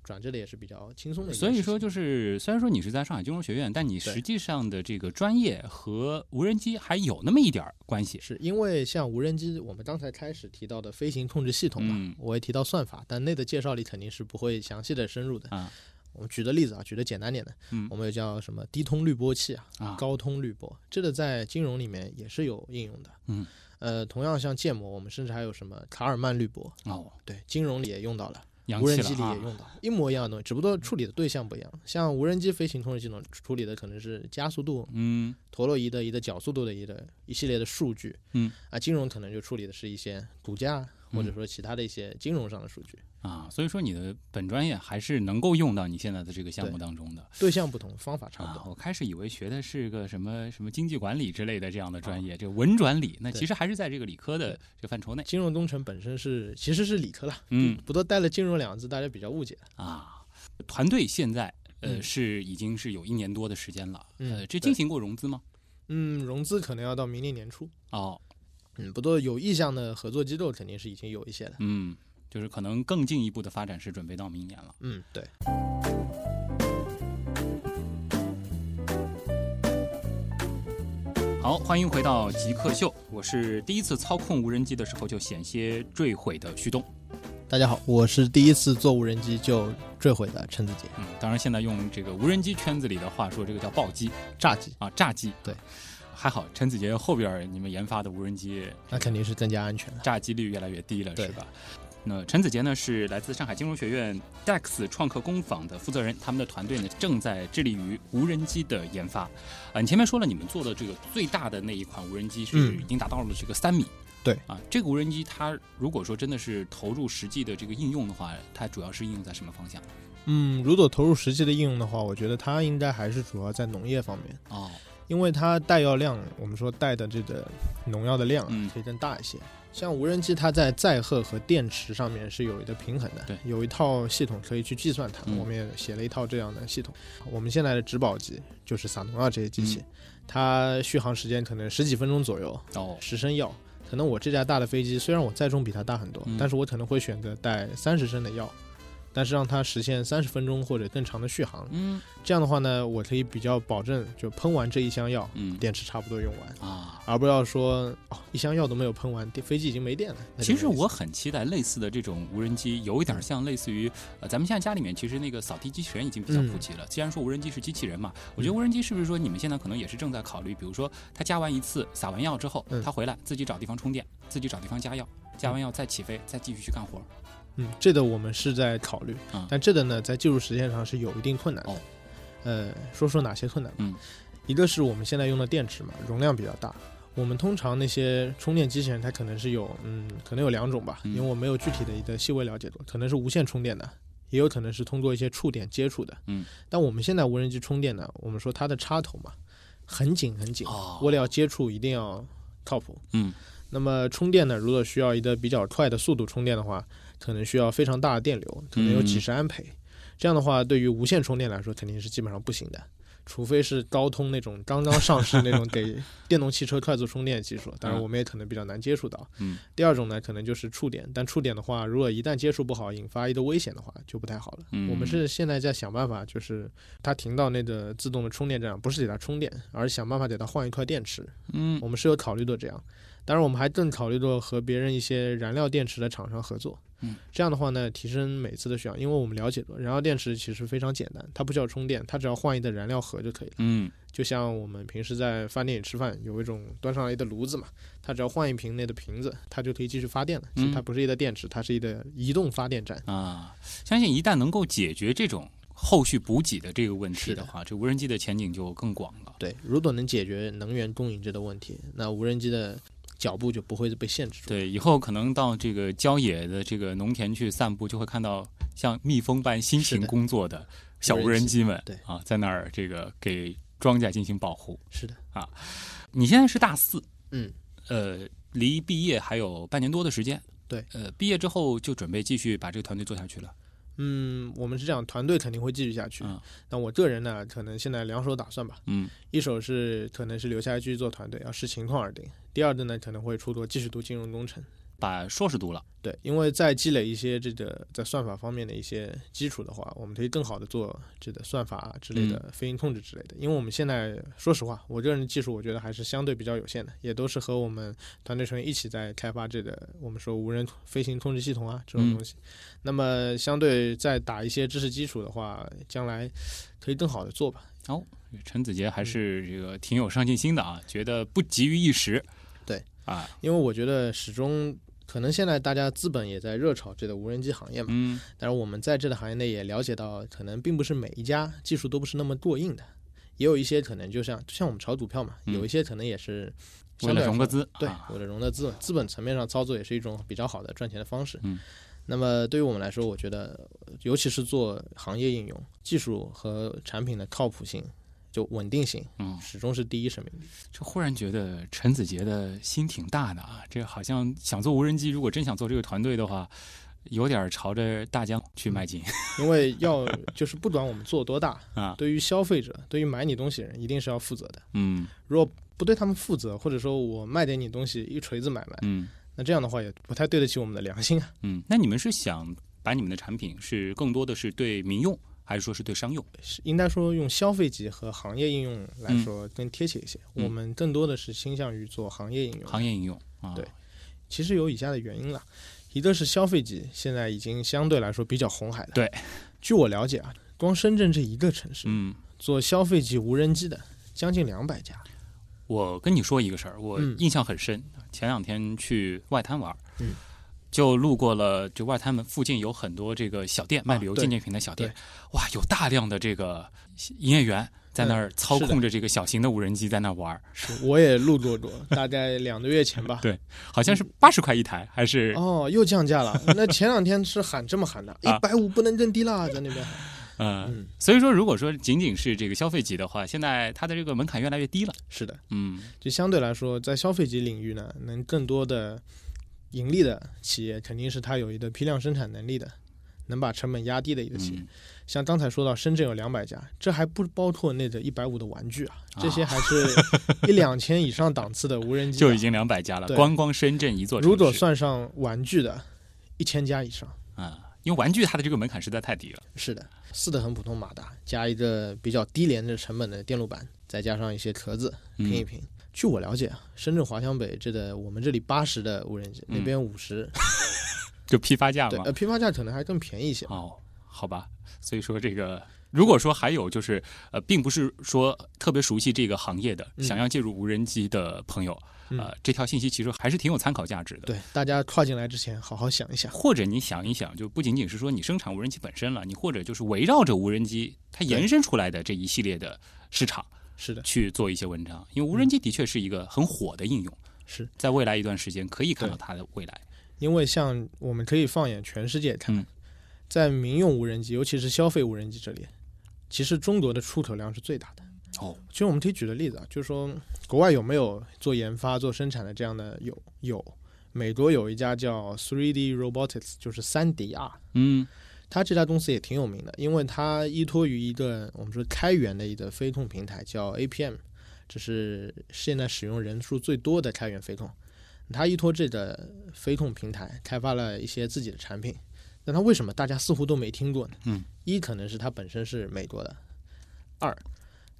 转这里也是比较轻松的一件事
所
情。
以说，就是虽然说你是在上海金融学院，但你
对
实际上的这个专业和无人机还有那么一点儿关系。
是因为像无人机，我们刚才开始提到的飞行控制系统嘛，
嗯
我也提到算法，但那的介绍里肯定是不会详细的深入的。
啊
我们举个例子啊，举的简单点的，
嗯
我们有叫什么低通滤波器啊，
啊，
高通滤波，这个在金融里面也是有应用的。
嗯，
呃，同样像建模，我们甚至还有什么卡尔曼滤波，
哦，
对，金融里也用到了，
洋
无人
气
机里
了啊
也用到，一模一样的东西，只不过处理的对象不一样。像无人机飞行控制系统处理的可能是加速度、
嗯
陀螺仪的一个角速度的一个一系列的数据，
嗯，
啊，金融可能就处理的是一些股价或者
嗯
说其他的一些金融上的数据，
啊，所以说你的本专业还是能够用到你现在的这个项目
对
当中的
对象不同，方法差不
啊。
多。
我开始以为学的是个什么什么经济管理之类的这样的专业，这个文转理，那
啊对
其实还是在这个理科的这个范畴内
金融工程本身是其实是理科啦，
嗯
不都带了金融两个字，大家比较误解。
啊。团队现在呃
嗯
是已经是有一年多的时间了，
嗯
呃，这
对
进行过融资吗？
嗯，融资可能要到明年年初。
哦，
嗯，不过有意向的合作机构肯定是已经有一些了。
嗯，就是可能更进一步的发展是准备到明年了。
嗯，对。
好，欢迎回到极客秀，我是第一次操控无人机的时候就险些坠毁的旭东。
大家好，我是第一次坐无人机就坠毁的陈子杰，
嗯，当然现在用这个无人机圈子里的话说，这个叫暴击
炸机，
啊，炸机。
对，
还好陈子杰后边儿你们研发的无人机
那肯定是更加安全了。
炸机率越来越低了，
对
是吧？那陈子杰呢是来自上海金融学院 DEX 创客工坊的负责人，他们的团队呢正在致力于无人机的研发。啊、你前面说了，你们做的这个最大的那一款无人机是
嗯
已经达到了这个三米，
对
啊，这个无人机它如果说真的是投入实际的这个应用的话，它主要是应用在什么方向？
嗯，如果投入实际的应用的话，我觉得它应该还是主要在农业方面，
哦，
因为它带药量，我们说带的这个农药的量啊
嗯
可以更大一些。像无人机，它在载荷和电池上面是有一个平衡的，
对
有一套系统可以去计算它。
嗯
我们也写了一套这样的系统。我们现在的植保机就是撒农药这些机
嗯
器，它续航时间可能十几分钟左右，
哦，
十升药。可能我这架大的飞机，虽然我载重比它大很多，
嗯
但是我可能会选择带三十升的药，但是让它实现三十分钟或者更长的续航。
嗯
这样的话呢，我可以比较保证，就喷完这一箱药，
嗯
电池差不多用完，
啊。
而不要说哦一箱药都没有喷完，电飞机已经没电了。那就
其
没
实
意思
我很期待类似的这种无人机，有一点像类似于，呃，咱们现在家里面其实那个扫地机器人已经比较
嗯
普及了。既然说无人机是机器人嘛，我觉得无人机是不是说你们现在可能也是正在考虑，比如说它加完一次撒完药之后，
嗯
它回来自己找地方充电，自己找地方加药，加完药再起飞，再继续去干活。
嗯，这个我们是在考虑，
啊
但这个呢，在技术实现上是有一定困难的。
哦
呃，说说哪些困难吧。
嗯
一个是我们现在用的电池嘛，容量比较大。我们通常那些充电机器人，它可能是有，嗯，可能有两种吧，
嗯
因为我没有具体的一个细微了解过，可能是无线充电的，也有可能是通过一些触点接触的。
嗯，
但我们现在无人机充电呢，我们说它的插头嘛，很紧很紧，
哦
为了要接触一定要靠谱。
嗯，
那么充电呢，如果需要一个比较快的速度充电的话，可能需要非常大的电流，可能有
嗯
几十安培。这样的话，对于无线充电来说，肯定是基本上不行的。除非是高通那种刚刚上市那种给
*laughs*
电动汽车快速充电技术，当然
嗯
我们也可能比较难接触到。
嗯，
第二种呢，可能就是触点，但触点的话，如果一旦接触不好，引发一个危险的话，就不太好了。
嗯
我们是现在在想办法，就是它停到那个自动的充电站，不是给它充电，而是想办法给它换一块电池。
嗯
我们是有考虑过这样，当然我们还更考虑过和别人一些燃料电池的厂商合作。
嗯，
这样的话呢，提升每次的需要，因为我们了解过，燃料电池其实非常简单，它不需要充电，它只要换一个燃料盒就可以了。
嗯
就像我们平时在饭店里吃饭，有一种端上来的炉子嘛，它只要换一瓶那个瓶子，它就可以继续发电了。其实它
嗯
不是一个电池，它是一个移动发电站。
啊，相信一旦能够解决这种后续补给的这个问题
是
的
的
话，这无人机的前景就更广了。
对，如果能解决能源供应这个问题，那无人机的脚步就不会被限制住。
对，以后可能到这个郊野的这个农田去散步，就会看到像蜜蜂般辛
是
勤
的
工作的小
无
无
人
人
机
机们，
对
啊，在那儿这个给庄稼进行保护。
是的，
你现在是大四，
嗯，
呃，离毕业还有半年多的时间。
对，
呃，毕业之后就准备继续把这个团队做下去了。
嗯，我们是这样，团队肯定会继续下去。
嗯
那我个人呢，可能现在两手打算吧，
嗯
一手是可能是留下来继续做团队，要视情况而定；第二个呢，可能会出国继续读金融工程。
把硕士读了，
对，因为在积累一些这个在算法方面的一些基础的话，我们可以更好的做这个算法啊之类的、飞行控制之类的。因为我们现在说实话，我个人的技术我觉得还是相对比较有限的，也都是和我们团队成员一起在开发这个我们说无人飞行控制系统啊这种
嗯
东西。那么相对再打一些知识基础的话，将来可以更好的做吧。
陈子
嗯
杰还是这个挺有上进心的啊，觉得不急于一时。
对
啊，
因为我觉得始终可能现在大家资本也在热炒这个无人机行业嘛，
嗯
但是我们在这个行业内也了解到，可能并不是每一家技术都不是那么过硬的，也有一些可能就像就像我们炒股票嘛，
嗯
有一些可能也是
为了融个
个
资
对
啊，
为了融的资本资本层面上操作也是一种比较好的赚钱的方式。
嗯。
那么对于我们来说，我觉得，尤其是做行业应用，技术和产品的靠谱性，就稳定性，
嗯，
始终是第一生命。
这忽然觉得陈子杰的心挺大的啊，这好像想做无人机，如果真想做这个团队的话，有点儿朝着大疆去迈进
因为要就是不管我们做多大，
啊。
对于消费者，对于买你东西的人，一定是要负责的。
嗯
如果不对他们负责，或者说我卖给你东西一锤子买卖，
*laughs* 嗯
那这样的话也不太对得起我们的良心啊。 *laughs*
嗯，那你们是想把你们的产品是更多的是对民用，还是说是对商用？
是应该说用消费级和行业应用来说更贴切一些。
嗯
我们更多的是倾向于做行业应用。
行业应用啊？
对其实有以下的原因啦，啊一个是消费级现在已经相对来说比较红海了。
对，
据我了解啊，光深圳这一个城市、
嗯，
做消费级无人机的将近两百家。
我跟你说一个事儿，我
嗯
印象很深。前两天去外滩玩，
嗯，
就路过了这外滩门附近有很多这个小店卖旅游
对
纪念品的小店
啊对，
哇，有大量的这个营业员在那儿操
是的
控着这个小型的无人机在那儿玩儿，
是我也路过过，大概两个月前
*laughs*
吧。
对好像是八十块一台，还是
嗯哦，又降价
*laughs*
了。那前两天是喊这么喊的，一
啊
百五不能更低啦，在那边喊。
呃，
嗯，
所以说如果说仅仅是这个消费级的话，现在它的这个门槛越来越低了，
是的，
嗯，
就相对来说，在消费级领域呢，能更多的盈利的企业，肯定是它有一个批量生产能力的，能把成本压低的一个企业。
嗯
像刚才说到，深圳有两百家，这还不包括那个一百五的玩具啊，这些
啊
还
*laughs*
是一两千以上档次的无人机啊、
就已经两百家了，
对
光光深圳一座城市，
如果算上玩具的，一千家以上。
啊、因为玩具它的这个门槛实在太低了，
是的，四的很普通马达加一个比较低廉的成本的电路板，再加上一些壳子拼一
嗯，
拼。据我了解啊，深圳华强北这的我们这里八十的无人机，
嗯
那边五
*laughs*
十，
就批发价
对，
嘛
呃，，批发价可能还更便宜一些。
哦，好吧，所以说这个。如果说还有就是，呃，并不是说特别熟悉这个行业的，
嗯
想要介入无人机的朋友，
嗯
呃，这条信息其实还是挺有参考价值的。
对，大家跨进来之前好好想一想。
或者你想一想，就不仅仅是说你生产无人机本身了，你或者就是围绕着无人机它延伸出来的这一系列的市场
是的，
去做一些文章，因为无人机的确是一个很火的应用，
嗯是
在未来一段时间可以看到它的未来。
因为像我们可以放眼全世界看，
嗯
在民用无人机，尤其是消费无人机这里，其实中国的出口量是最大的。
哦，
其实我们可以举个例子啊，就是说国外有没有做研发、做生产的这样的？有，有。美国有一家叫 3D Robotics，就是三 DR，
嗯
它这家公司也挺有名的，因为它依托于一个我们说开源的一个飞控平台叫 APM，这是现在使用人数最多的开源飞控。它依托这个飞控平台开发了一些自己的产品，但它为什么大家似乎都没听过呢？
嗯，
一可能是它本身是美国的，二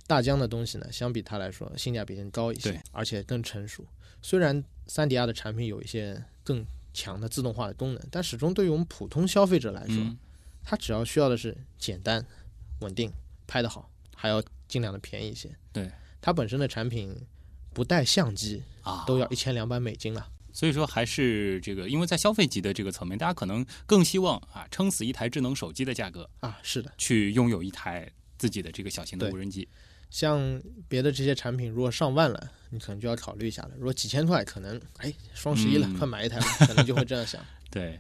大疆的东西呢，相比它来说性价比更高一些
对，
而且更成熟。虽然三 D R 的产品有一些更强的自动化的功能，但始终对于我们普通消费者来说，
嗯，
它只要需要的是简单、稳定、拍得好，还要尽量的便宜一些。
对，
它本身的产品不带相机
啊，
都要一千两百美金了。
所以说还是这个，因为在消费级的这个层面，大家可能更希望啊，撑死一台智能手机的价格
啊，是的，
去拥有一台自己的这个小型的
对
无人机。
像别的这些产品，如果上万了，你可能就要考虑一下了。如果几千块，可能哎，双十一了，
嗯
快买一台吧，可能就会这样想。 *laughs*
对，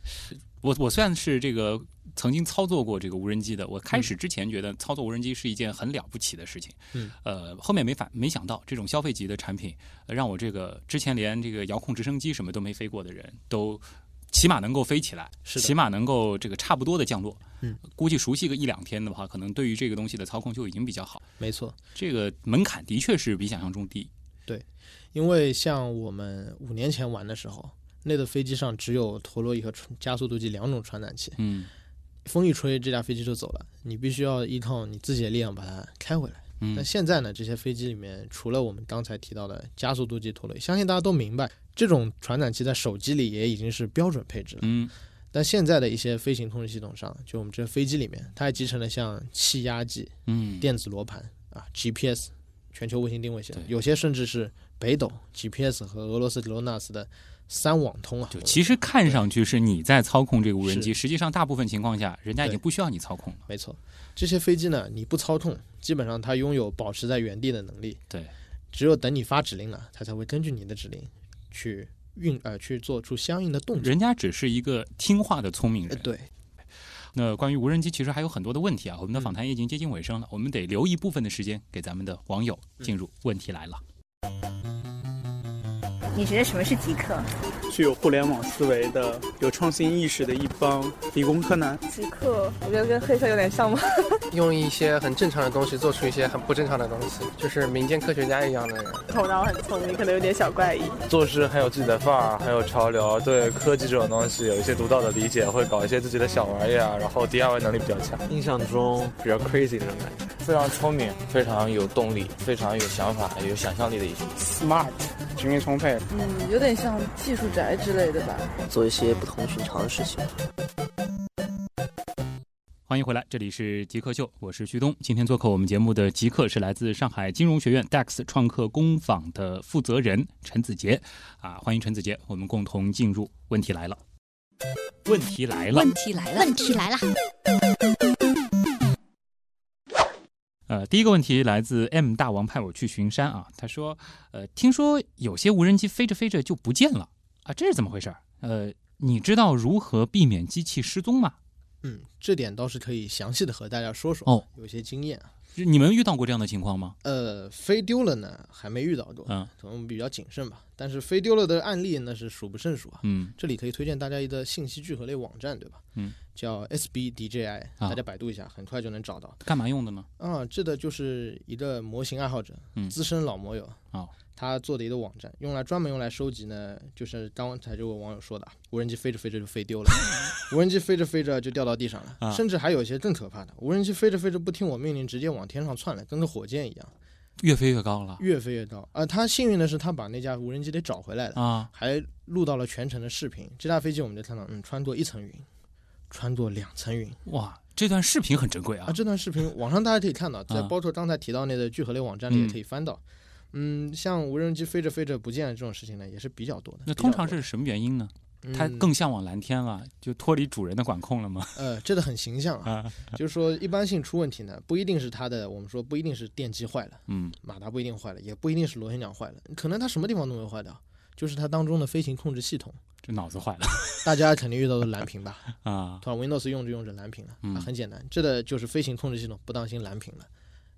我我算是这个曾经操作过这个无人机的。我开始之前觉得操作无人机是一件很了不起的事情，
嗯，
呃，后面没反没想到这种消费级的产品，呃让我这个之前连这个遥控直升机什么都没飞过的人都。起码能够飞起来，
是的
起码能够这个差不多的降落。
嗯，
估计熟悉个一两天的话，可能对于这个东西的操控就已经比较好。
没错，
这个门槛的确是比想象中低。
因为像我们五年前玩的时候，那个飞机上只有陀螺仪和传加速度计两种传感器，
嗯
风一吹，这架飞机就走了。你必须要依靠你自己的力量把它开回来。那
嗯，
现在呢，这些飞机里面除了我们刚才提到的加速度计陀螺仪，相信大家都明白，这种传感器在手机里也已经是标准配置了。
嗯
但现在的一些飞行通讯系统上，就我们这飞机里面，它还集成了像气压计、
嗯，
电子罗盘啊、GPS、全球卫星定位系统，
对
有些甚至是北斗 GPS 和俄罗斯迪罗纳斯的三网通啊。
就
我
其实看上去是你在操控这个无人
是
机，实际上大部分情况下，人家已
对
经不需要你操控了。
没错，这些飞机呢，你不操控，基本上它拥有保持在原地的能力。
对，
只有等你发指令啊了，它才会根据你的指令去运呃去做出相应的动作。
人家只是一个听话的聪明
呃
人。
对，
那关于无人机，其实还有很多的问题啊。我们的
嗯
访谈也已经接近尾声了，我们得留一部分的时间给咱们的网友
嗯
进入问题来了。
你觉得什么是极客？
具有互联网思维的、有创新意识的一帮理工科男。
极客，我觉得跟黑客有点像吗？ *laughs*
用一些很正常的东西做出一些很不正常的东西，就是民间科学家一样的人。
头脑很聪明，可能有点小怪异。
做事很有自己的范儿，很有潮流，对科技这种东西有一些独到的理解，会搞一些自己的小玩意儿啊，然后 DIY 能力比较强，
印象中比较 crazy 那种感觉，
非常聪明，非常有动力，非常有想法、有想象力的一些。
smart，精力充沛，
嗯，有点像技术宅之类的吧。
做一些不同寻常的事情。
欢迎回来，这里是极客秀，我是旭东。今天做客我们节目的极客是来自上海金融学院 DAX 创客工坊的负责人陈子杰啊，欢迎陈子杰，我们共同进入问题来了。问题来了
问，题来了，
题来了，
呃，第一个问题来自 M 大王派我去巡山啊，他说，呃，听说有些无人机飞着飞着就不见了啊，这是怎么回事儿？呃，你知道如何避免机器失踪吗？
嗯，这点倒是可以详细的和大家说说，
哦，
有些经验啊。
你们遇到过这样的情况吗？
呃，飞丢了呢，还没遇到过，
嗯
可能我们比较谨慎吧。但是飞丢了的案例那是数不胜数啊。
嗯
这里可以推荐大家一个信息聚合类网站，对吧？
嗯，
叫 SBDJI，、
啊
大家百度一下，很快就能找到。
干嘛用的呢？
啊，这个就是一个模型爱好者，
嗯
资深老模友
哦
他做的一个网站，用来专门用来收集呢，就是刚才这位网友说的，无人机飞着飞着就飞丢
*laughs*
了，无人机飞着飞着就掉到地上了，
啊
甚至还有一些更可怕的，无人机飞着飞着不听我命令，直接往天上窜了，跟个火箭一样，
啊越飞越高了
越飞越高。啊，他幸运的是，他把那架无人机给找回来了，
啊！
还录到了全程的视频。这架飞机我们就看到，嗯，穿过一层云，穿过两层云，
哇，这段视频很珍贵啊
啊，！这段视频网上大家可以看到，在
啊
包括刚才提到那个聚合类网站里也可以翻到。嗯，像无人机飞着飞着不见了这种事情呢，也是比较多的。
那
比较
通常
多
是什么原因呢？
的
它
嗯
更向往蓝天了，就脱离主人的管控了吗？
呃，这个很形象啊，
啊，
*laughs* 就是说一般性出问题呢，不一定是它的，我们说不一定是电机坏了，
嗯
马达不一定坏了，也不一定是螺旋桨坏了，可能它什么地方都没有坏掉，就是它当中的飞行控制系统，
这脑子坏了
大家肯定遇到的蓝屏吧。
*laughs* 啊！
突然 Windows 用着用着蓝屏了，
嗯
啊，很简单，这个就是飞行控制系统不当心蓝屏了。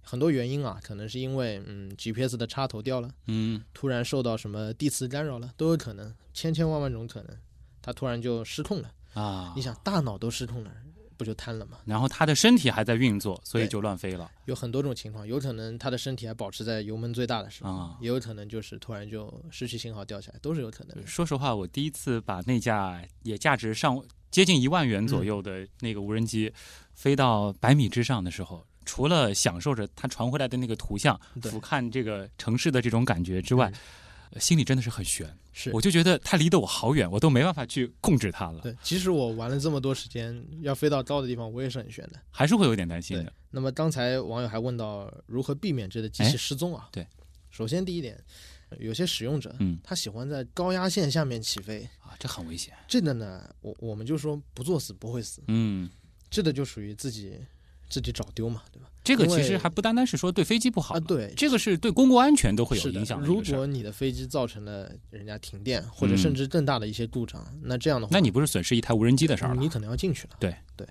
很多原因啊，可能是因为嗯 GPS 的插头掉了，
嗯，
突然受到什么地磁干扰了，都有可能，千千万万种可能，它突然就失控了。
啊
你，想，大脑都失控了，不就瘫了吗？
然后它的身体还在运作，所以
对
就乱飞了
有很多种情况，有可能他的身体还保持在油门最大的时候，
啊。
也有可能就是突然就失去信号掉下来，都是有可能的。
说实话，我第一次把那架也价值上接近一万元
嗯
左右的那个无人机飞到百米之上的时候。除了享受着它传回来的那个图像，
对
俯瞰这个城市的这种感觉之外
嗯，
呃心里真的是很悬。
是
我就觉得它离得我好远，我都没办法去控制它了，
对，即使我玩了这么多时间，要飞到高的地方，我也是很悬的。
还是会有点担心的
对。那么刚才网友还问到如何避免这个机
哎
器失踪啊？
对，
首先第一点，有些使用者，
嗯
他喜欢在高压线下面起飞，
啊，这很危险。
这个呢，我我们就说不作死不会死，
嗯，
这个就属于自己自己找丢嘛，对吧？
这个
因
其实
为
还不单单是说对飞机不好
啊，
了，
对，
这个是对公共安全都会有
是的
影响的一
如
个事儿。
果你的飞机造成了人家停电，或
嗯
者甚至更大的一些故障，那这样的话，
那你不是损失一台无人机的事儿
你
了？
可能要进去了。
对
对，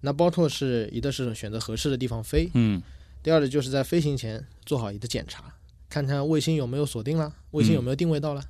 那包括是一个是选择合适的地方飞，
嗯
第二个就是在飞行前做好一个检查，看看卫星有没有锁定了，卫
嗯
星有没有定位到了，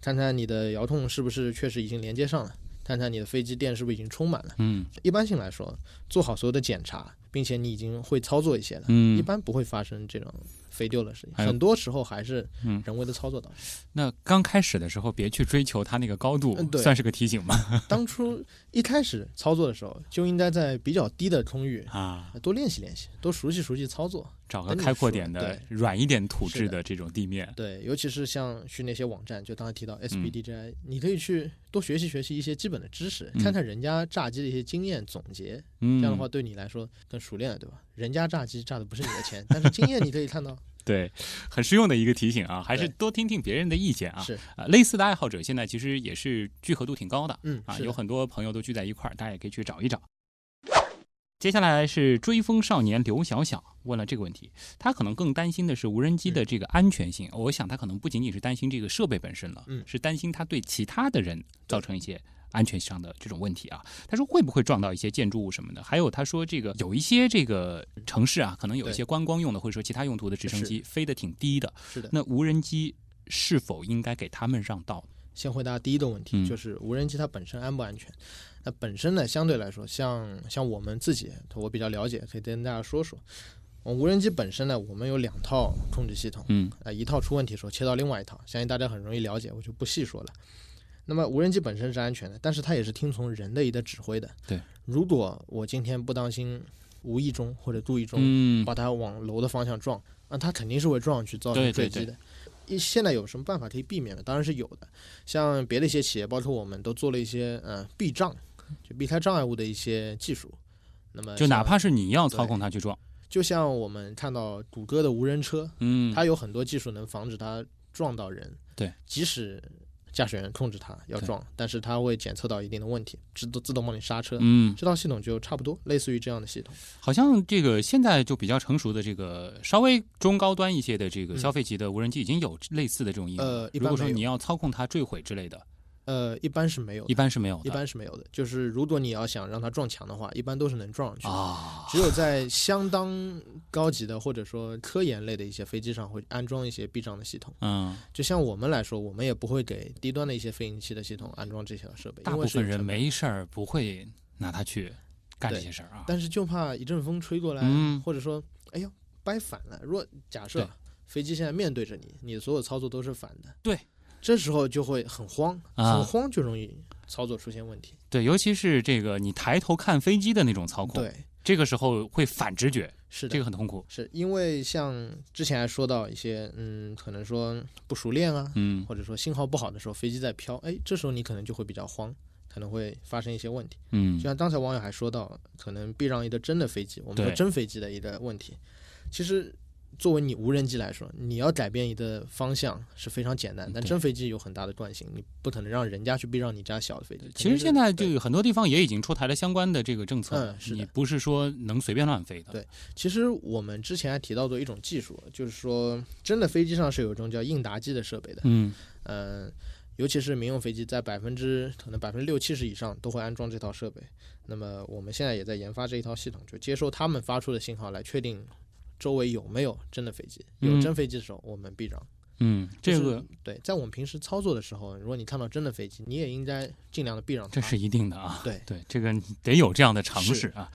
看看你的遥控是不是确实已经连接上了，看看你的飞机电是不是已经充满了。
嗯
一般性来说，做好所有的检查，并且你已经会操作一些了，一
嗯。
般不会发生这种飞丢的事情。
还有
很多时候还是
嗯
人为的操作导致。
那刚开始的时候，别去追求它那个高度
嗯，对
算是个提醒
*laughs*
吧。
当初一开始操作的时候，就应该在比较低的空域
啊，
多练习练习，多熟悉熟悉操作。
找个
等你
开阔
熟
点的、
对
软一点土质
是
的这种地面。
对，尤其是像去那些网站，就刚才提
嗯
到 SBDJI，、你可以去多学习学习一些基本的知识，
嗯
看看人家炸鸡的一些经验总结，
嗯，
这样的话对你来说更熟练了，对吧？人家炸鸡炸的不是你的钱，但是经验你可以看到，
对，很实用的一个提醒啊，还是
对
多听听别人的意 *laughs* 见啊。
是
啊，类似的爱好者现在其实也是聚合度挺高的
嗯，
啊，
是的
有很多朋友都聚在一块儿，大家也可以去找一找。接下来是追风少年刘小小问了这个问题，他可能更担心的是无人机的这个安全性。我想他可能不仅仅是担心这个设备本身了，
嗯
是担心它对其他的人造成一些安全上的这种问题啊。他说会不会撞到一些建筑物什么的？还有他说这个有一些这个城市啊，可能有一些
对
观光用的或者说其他用途的直升
是
机飞得挺低的，
是的。
那无人机是否应该给他们让道呢？
先回答第一个问题，
嗯
就是无人机它本身安不安全？那本身呢，相对来说，像像我们自己，我比较了解，可以跟大家说说。呃无人机本身呢，我们有两套控制系统，
嗯
呃，一套出问题的时候切到另外一套，相信大家很容易了解，我就不细说了。那么无人机本身是安全的，但是它也是听从人的一个指挥的。
对，
如果我今天不当心，无意中或者故意中
嗯，
把它往楼的方向撞，那它肯定是会撞上去造
对
成
对
坠机的。一现在有什么办法可以避免呢？当然是有的，像别的一些企业，包括我们都做了一些呃避障，就避开障碍物的一些技术。那么
就哪
呃像
怕是你要操控它去撞，
就像我们看到谷歌的无人车，
嗯，
它有很多技术能防止它撞到人。
对，
即使驾驶员控制它要撞，但是它会检测到一定的问题，自动自动帮你刹车。
嗯
这套系统就差不多，类似于这样的系统。
好像这个现在就比较成熟的这个稍微中高端一些的这个消费级的无人机已经有类似的这种应
嗯
用。
呃一般
如果说
没有
你要操控它坠毁之类的，
呃，一般是没有的，
一般是没有的。
一般是没有的。就是如果你要想让它撞墙的话，一般都是能撞上去的。
啊，
只有在相当高级的或者说科研类的一些飞机上会安装一些避障的系统。
嗯，
就像我们来说，我们也不会给低端的一些飞行器的系统安装这些设备，
大
因为
部
是有
分人
成本的。
没事儿不会拿它去干这些事儿啊。
但是就怕一阵风吹过来，
嗯
或者说，哎呦，掰反了。如果假设
对
飞机现在面对着你，你所有操作都是反的，
对，
这时候就会很慌，
啊
很慌就容易操作出现问题。
对，尤其是这个你抬头看飞机的那种操控，
对，
这个时候会反直觉，
是的，
这个很痛苦。
是因为像之前还说到一些，嗯，可能说不熟练啊，
嗯
或者说信号不好的时候，飞机在飘，哎，这时候你可能就会比较慌，可能会发生一些问题。
嗯
就，像刚才网友还说到，可能避让一个真的飞机，我们
对
说真飞机的一个问题，其实。作为你无人机来说，你要改变你的方向是非常简单，但
对
真飞机有很大的惯性，你不可能让人家去避让你家小的飞机。
其实现在
对
这个很多地方也已经出台了相关的这个政策，
嗯是的
你不是说能随便乱飞的。
对其实我们之前还提到过一种技术，就是说真的飞机上是有一种叫应答机的设备的，
嗯，
嗯，尤其是民用飞机，在百分之可能百分之六七十以上都会安装这套设备。那么我们现在也在研发这一套系统，就接收他们发出的信号来确定周围有没有真的飞机。有
嗯
真飞机的时候，我们避让。
嗯，这
就
个
是对，在我们平时操作的时候，如果你看到真的飞机，你也应该尽量的避让它。
这是一定的啊。
对
对，这个你得有这样的尝试啊。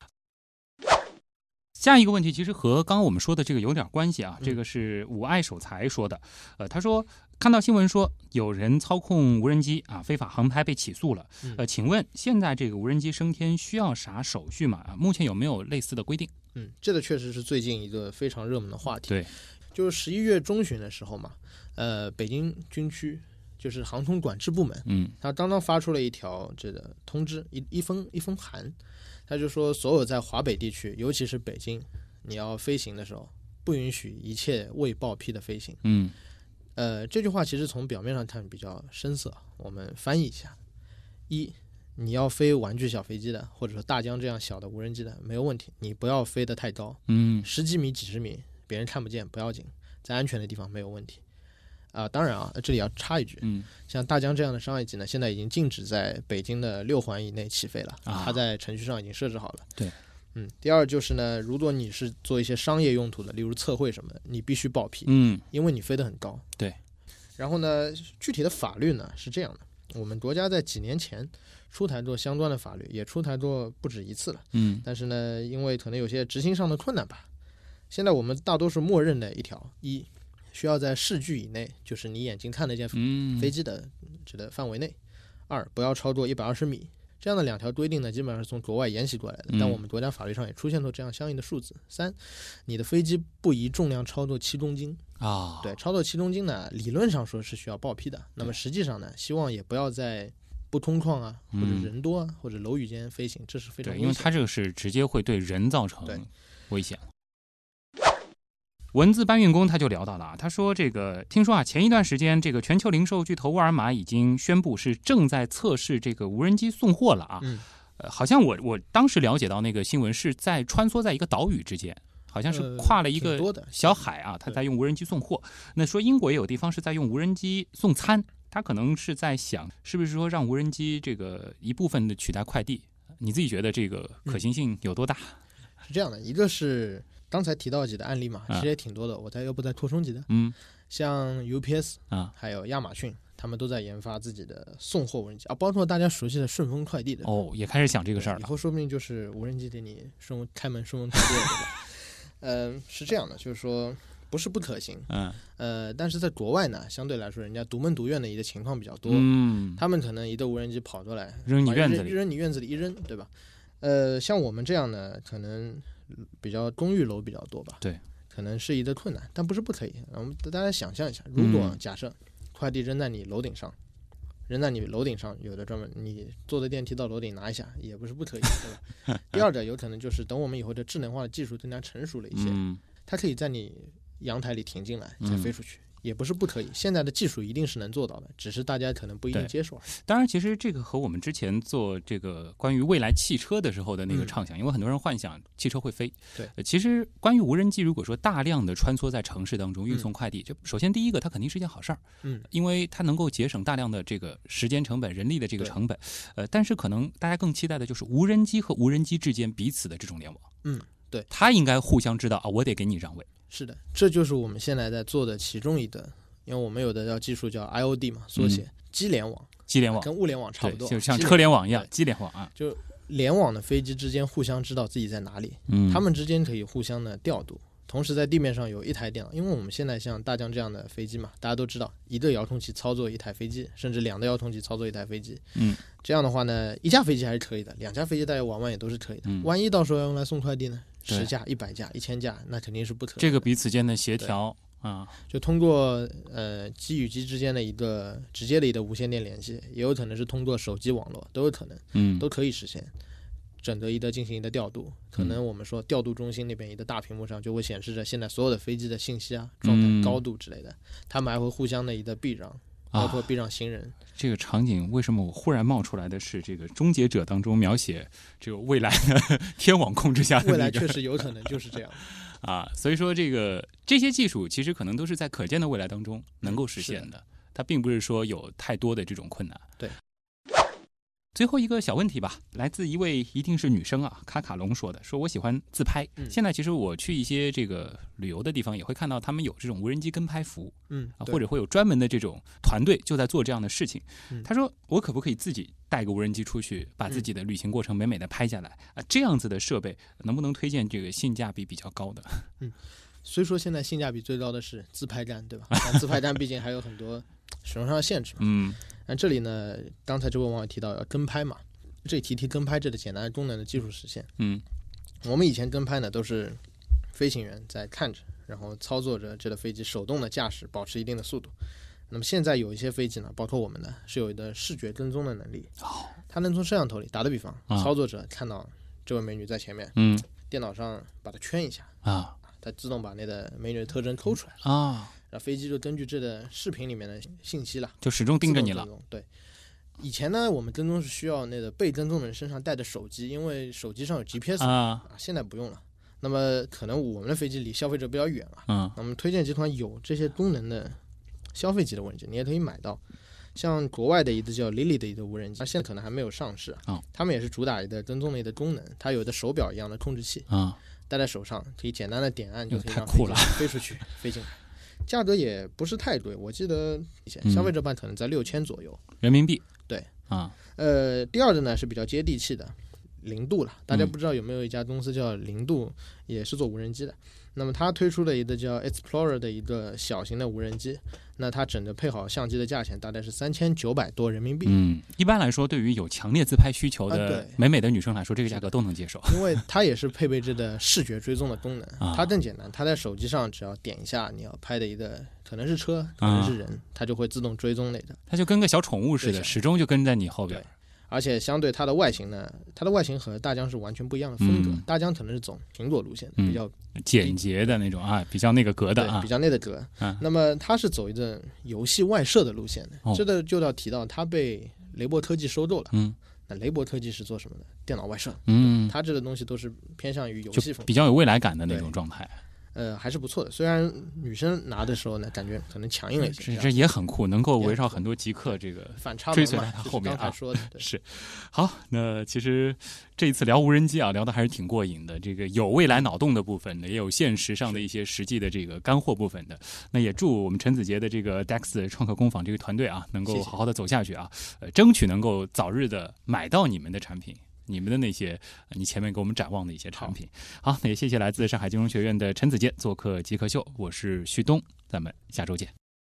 下一个问题其实和刚刚我们说的这个有点关系啊，
嗯
这个是吾爱守财说的，呃，他说看到新闻说有人操控无人机啊非法航拍被起诉了，
嗯
呃，请问现在这个无人机升天需要啥手续吗？啊，目前有没有类似的规定？
嗯，这个确实是最近一个非常热门的话题。
对，
就是十一月中旬的时候嘛，呃，北京军区就是航空管制部门，
嗯
他刚刚发出了一条这个通知，一一封一封函，他就说所有在华北地区，尤其是北京，你要飞行的时候，不允许一切未报批的飞行。
嗯
呃，这句话其实从表面上看比较深色，我们翻译一下：一，你要飞玩具小飞机的，或者说大疆这样小的无人机的，没有问题，你不要飞得太高，
嗯
十几米、几十米，别人看不见不要紧，在安全的地方没有问题。啊、当然啊，这里要插一句，
嗯
像大疆这样的商业机呢，现在已经禁止在北京的六环以内起飞了，
啊
它在程序上已经设置好了。
对，
嗯，第二就是呢，如果你是做一些商业用途的，例如测绘什么的，你必须报批，
嗯
因为你飞得很高。
对，
然后呢，具体的法律呢是这样的，我们国家在几年前出台过相关的法律，也出台过不止一次了，
嗯
但是呢，因为可能有些执行上的困难吧，现在我们大多数默认的一条一。需要在视距以内，就是你眼睛看得见
嗯，
飞机的这个范围内，二不要超过一百二十米。这样的两条规定呢，基本上是从国外沿袭过来的，但
嗯
我们国家法律上也出现过这样相应的数字。三，你的飞机不宜重量超过七公斤。
啊，
对，超过七公斤呢，理论上说是需要报批的。那么实际上呢，希望也不要在不空旷啊，或者
嗯
人多啊，或者楼宇间飞行，这是非常
对，
危
因为
险
它这个是直接会对人造成
对
危险。文字搬运工他就聊到了啊，他说这个听说啊，前一段时间这个全球零售巨头沃尔玛已经宣布是正在测试这个无人机送货了啊。
嗯
呃，好像我我当时了解到那个新闻是在穿梭在一个岛屿之间，好像是
呃
跨了一
挺
个
多的
小海啊，他在用无人机送货。那说英国也有地方是在用无人机送餐，他可能是在想是不是说让无人机这个一部分的取代快递。你自己觉得这个可行性有多大？
是这样的，一个是刚才提到几的案例嘛，其
啊
实也挺多的，我再要不再扩充几个，
嗯
像 UPS
啊，
还有亚马逊，他们都在研发自己的送货无人机啊，包括大家熟悉的顺丰快递的
哦，也开始想这个事儿
以
了。
后说不定就是无人机给你顺开门顺丰快递了，对吧？ *laughs* 嗯，是这样的，就是说不是不可行，
嗯
呃，但是在国外呢，相对来说人家独门独院的一个情况比较多，
嗯，
他们可能一个无人机跑过来
扔你
把
院子里。
扔你院子里一扔，对吧？呃，像我们这样的可能比较公寓楼比较多吧，
对，
可能是一个困难，但不是不可以。我们大家想象一下，如果
嗯
假设快递扔在你楼顶上，扔在你楼顶上，有的专门你坐的电梯到楼顶拿一下，也不是不可以，对吧？第二个有可能就是等我们以后的智能化的技术更加成熟了一些，
嗯
它可以在你阳台里停进来，再
嗯
飞出去，也不是不可以。现在的技术一定是能做到的，只是大家可能不一定
对
接受而已。
当然，其实这个和我们之前做这个关于未来汽车的时候的那个
嗯
畅想，因为很多人幻想汽车会飞。
对
呃，其实关于无人机，如果说大量的穿梭在城市当中运送快递，就首先第一个，它肯定是一件好事儿，
嗯，
因为它能够节省大量的这个时间成本、人力的这个
对
成本。呃，但是可能大家更期待的就是无人机和无人机之间彼此的这种联网。
嗯，对，
它应该互相知道啊，我得给你让位。
是的，这就是我们现在在做的其中一个，因为我们有的叫技术叫 IOD 嘛，缩写、机联网，
机嗯联网
哎跟物联网差不
对
多，
就像
机
车联网一样，机联网啊。
就联网的飞机之间互相知道自己在哪里，
嗯
他们之间可以互相的调度。同时在地面上有一台电脑，因为我们现在像大疆这样的飞机嘛，大家都知道，一个遥控器操作一台飞机，甚至两个遥控器操作一台飞机。
嗯，
这样的话呢，一架飞机还是可以的，两架飞机大家玩玩也都是可以的。
嗯
万一到时候要用来送快递呢？
对
十架、一百架、一千架，那肯定是不可能。
这个彼此间的协调啊，
就通过呃机与机之间的一个直接的一个无线电联系，也有可能是通过手机网络，都有可能，
嗯
都可以实现。整个一个进行一个调度，可
嗯
能我们说调度中心那边一个大屏幕上就会显示着现在所有的飞机的信息啊、状
嗯
态、高度之类的，他们还会互相的一个避让，
嗯啊
包括避让行人。
这个场景为什么我忽然冒出来的是这个《终结者》当中描写这个未来的 *laughs* 天网控制下的、那个、
未来确实有可能就是
*laughs*
这样。
啊，所以说这个这些技术其实可能都是在可见的未来当中能够实现的，它并不是说有太多的这种困难。
对。
最后一个小问题吧，来自一位一定是女生啊，卡卡龙说的，说我喜欢自拍。
嗯
现在其实我去一些这个旅游的地方，也会看到他们有这种无人机跟拍服务，
嗯，
啊，
对
或者会有专门的这种团队就在做这样的事情。
嗯
他说，我可不可以自己带个无人机出去，把自己的旅行过程美美的拍下来啊？这样子的设备能不能推荐这个性价比比较高的？
虽说现在性价比最高的是自拍杆，对吧？但自拍杆毕竟还有很多使用上的限制嘛。
嗯
那这里呢，刚才这位网友提到要跟拍嘛，这里提提跟拍这个简单的功能的技术实现。
嗯
我们以前跟拍呢都是飞行员在看着，然后操作着这个飞机手动的驾驶，保持一定的速度。那么现在有一些飞机呢，包括我们的，是有一个视觉跟踪的能力，它能从摄像头里打个比方，
啊
操作者看到这位美女在前面，
嗯
电脑上把它圈一下，
啊
它自动把那个美女的特征抠出来，
啊，
然后飞机就根据这个视频里面的信息啦，
就始终盯着你
自
了
动跟踪。对，以前呢，我们跟踪是需要那个被跟踪的人身上带着手机，因为手机上有 GPS 嘛
啊
啊，现在不用了。那么可能我们的飞机离消费者比较远了，
嗯
那么推荐集团有这些功能的消费级的无人机，你也可以买到。像国外的一个叫 Lily 的一个无人机，它现在可能还没有上市
哦
他们也是主打一个跟踪类的功能，它有一个手表一样的控制器，
啊
戴在手上可以简单的点按就可以
太
让飞
酷
机
了
飞出去飞进来，价格也不是太贵，我记得以前
嗯
消费者版可能在六千左右，
人民币
对
啊
呃，第二个呢是比较接地气的，零度了。大家
嗯
不知道有没有一家公司叫零度，也是做无人机的。那么它推出了一个叫 Explorer 的一个小型的无人机，那它整个配好相机的价钱大概是三千九百多人民币，
嗯，一般来说，对于有强烈自拍需求
啊
的
对
美美的女生来说，这个价格都能接受。
因为它也是配备这个视觉追踪的功能
啊。
它更简单，它在手机上只要点一下你要拍的一个，可能是车，
啊
可能是人，它就会自动追踪那个。
它就跟个小宠物似的，
对
始终就跟在你后边
对。而且相对它的外形呢，它的外形和大疆是完全不一样的风格。
嗯
大疆可能是走苹果路线的，
嗯
比较
简洁的那种啊，比较那个格的
对，
啊
比，较内的歌。
嗯
那么它是走一阵游戏外设的路线的，
哦
这个就要提到它被雷博科技收购了。
嗯，
那雷博科技是做什么的？电脑外设，
嗯，
它这个东西都是偏向于游戏
就
风
比
格，
较有未来感的
嗯
那
对
种状态。
呃，还是不错的。虽然女生拿的时候呢，感觉可能强硬了一
这
些，
这也很酷，能够
也
围
很
绕
酷
很多极客这个
反差
追
萌
随在
嘛，
它
就是
后面
刚才
啊
说的，对
是，好，那其实这一次聊无人机啊，聊的还是挺过瘾的。这个有未来脑洞的部分的，也有现实上的一些实际的这个干货部分的。那也祝我们陈子杰的这个 Dex 创客工坊这个团队啊，能够
谢谢
好好的走下去啊，呃，争取能够早日的买到你们的产品。你们的那些，呃你前面给我们展望的一些产品，好，那也谢谢来自上海金融学院的陈子杰做客极客秀，我是旭东，咱们下周见。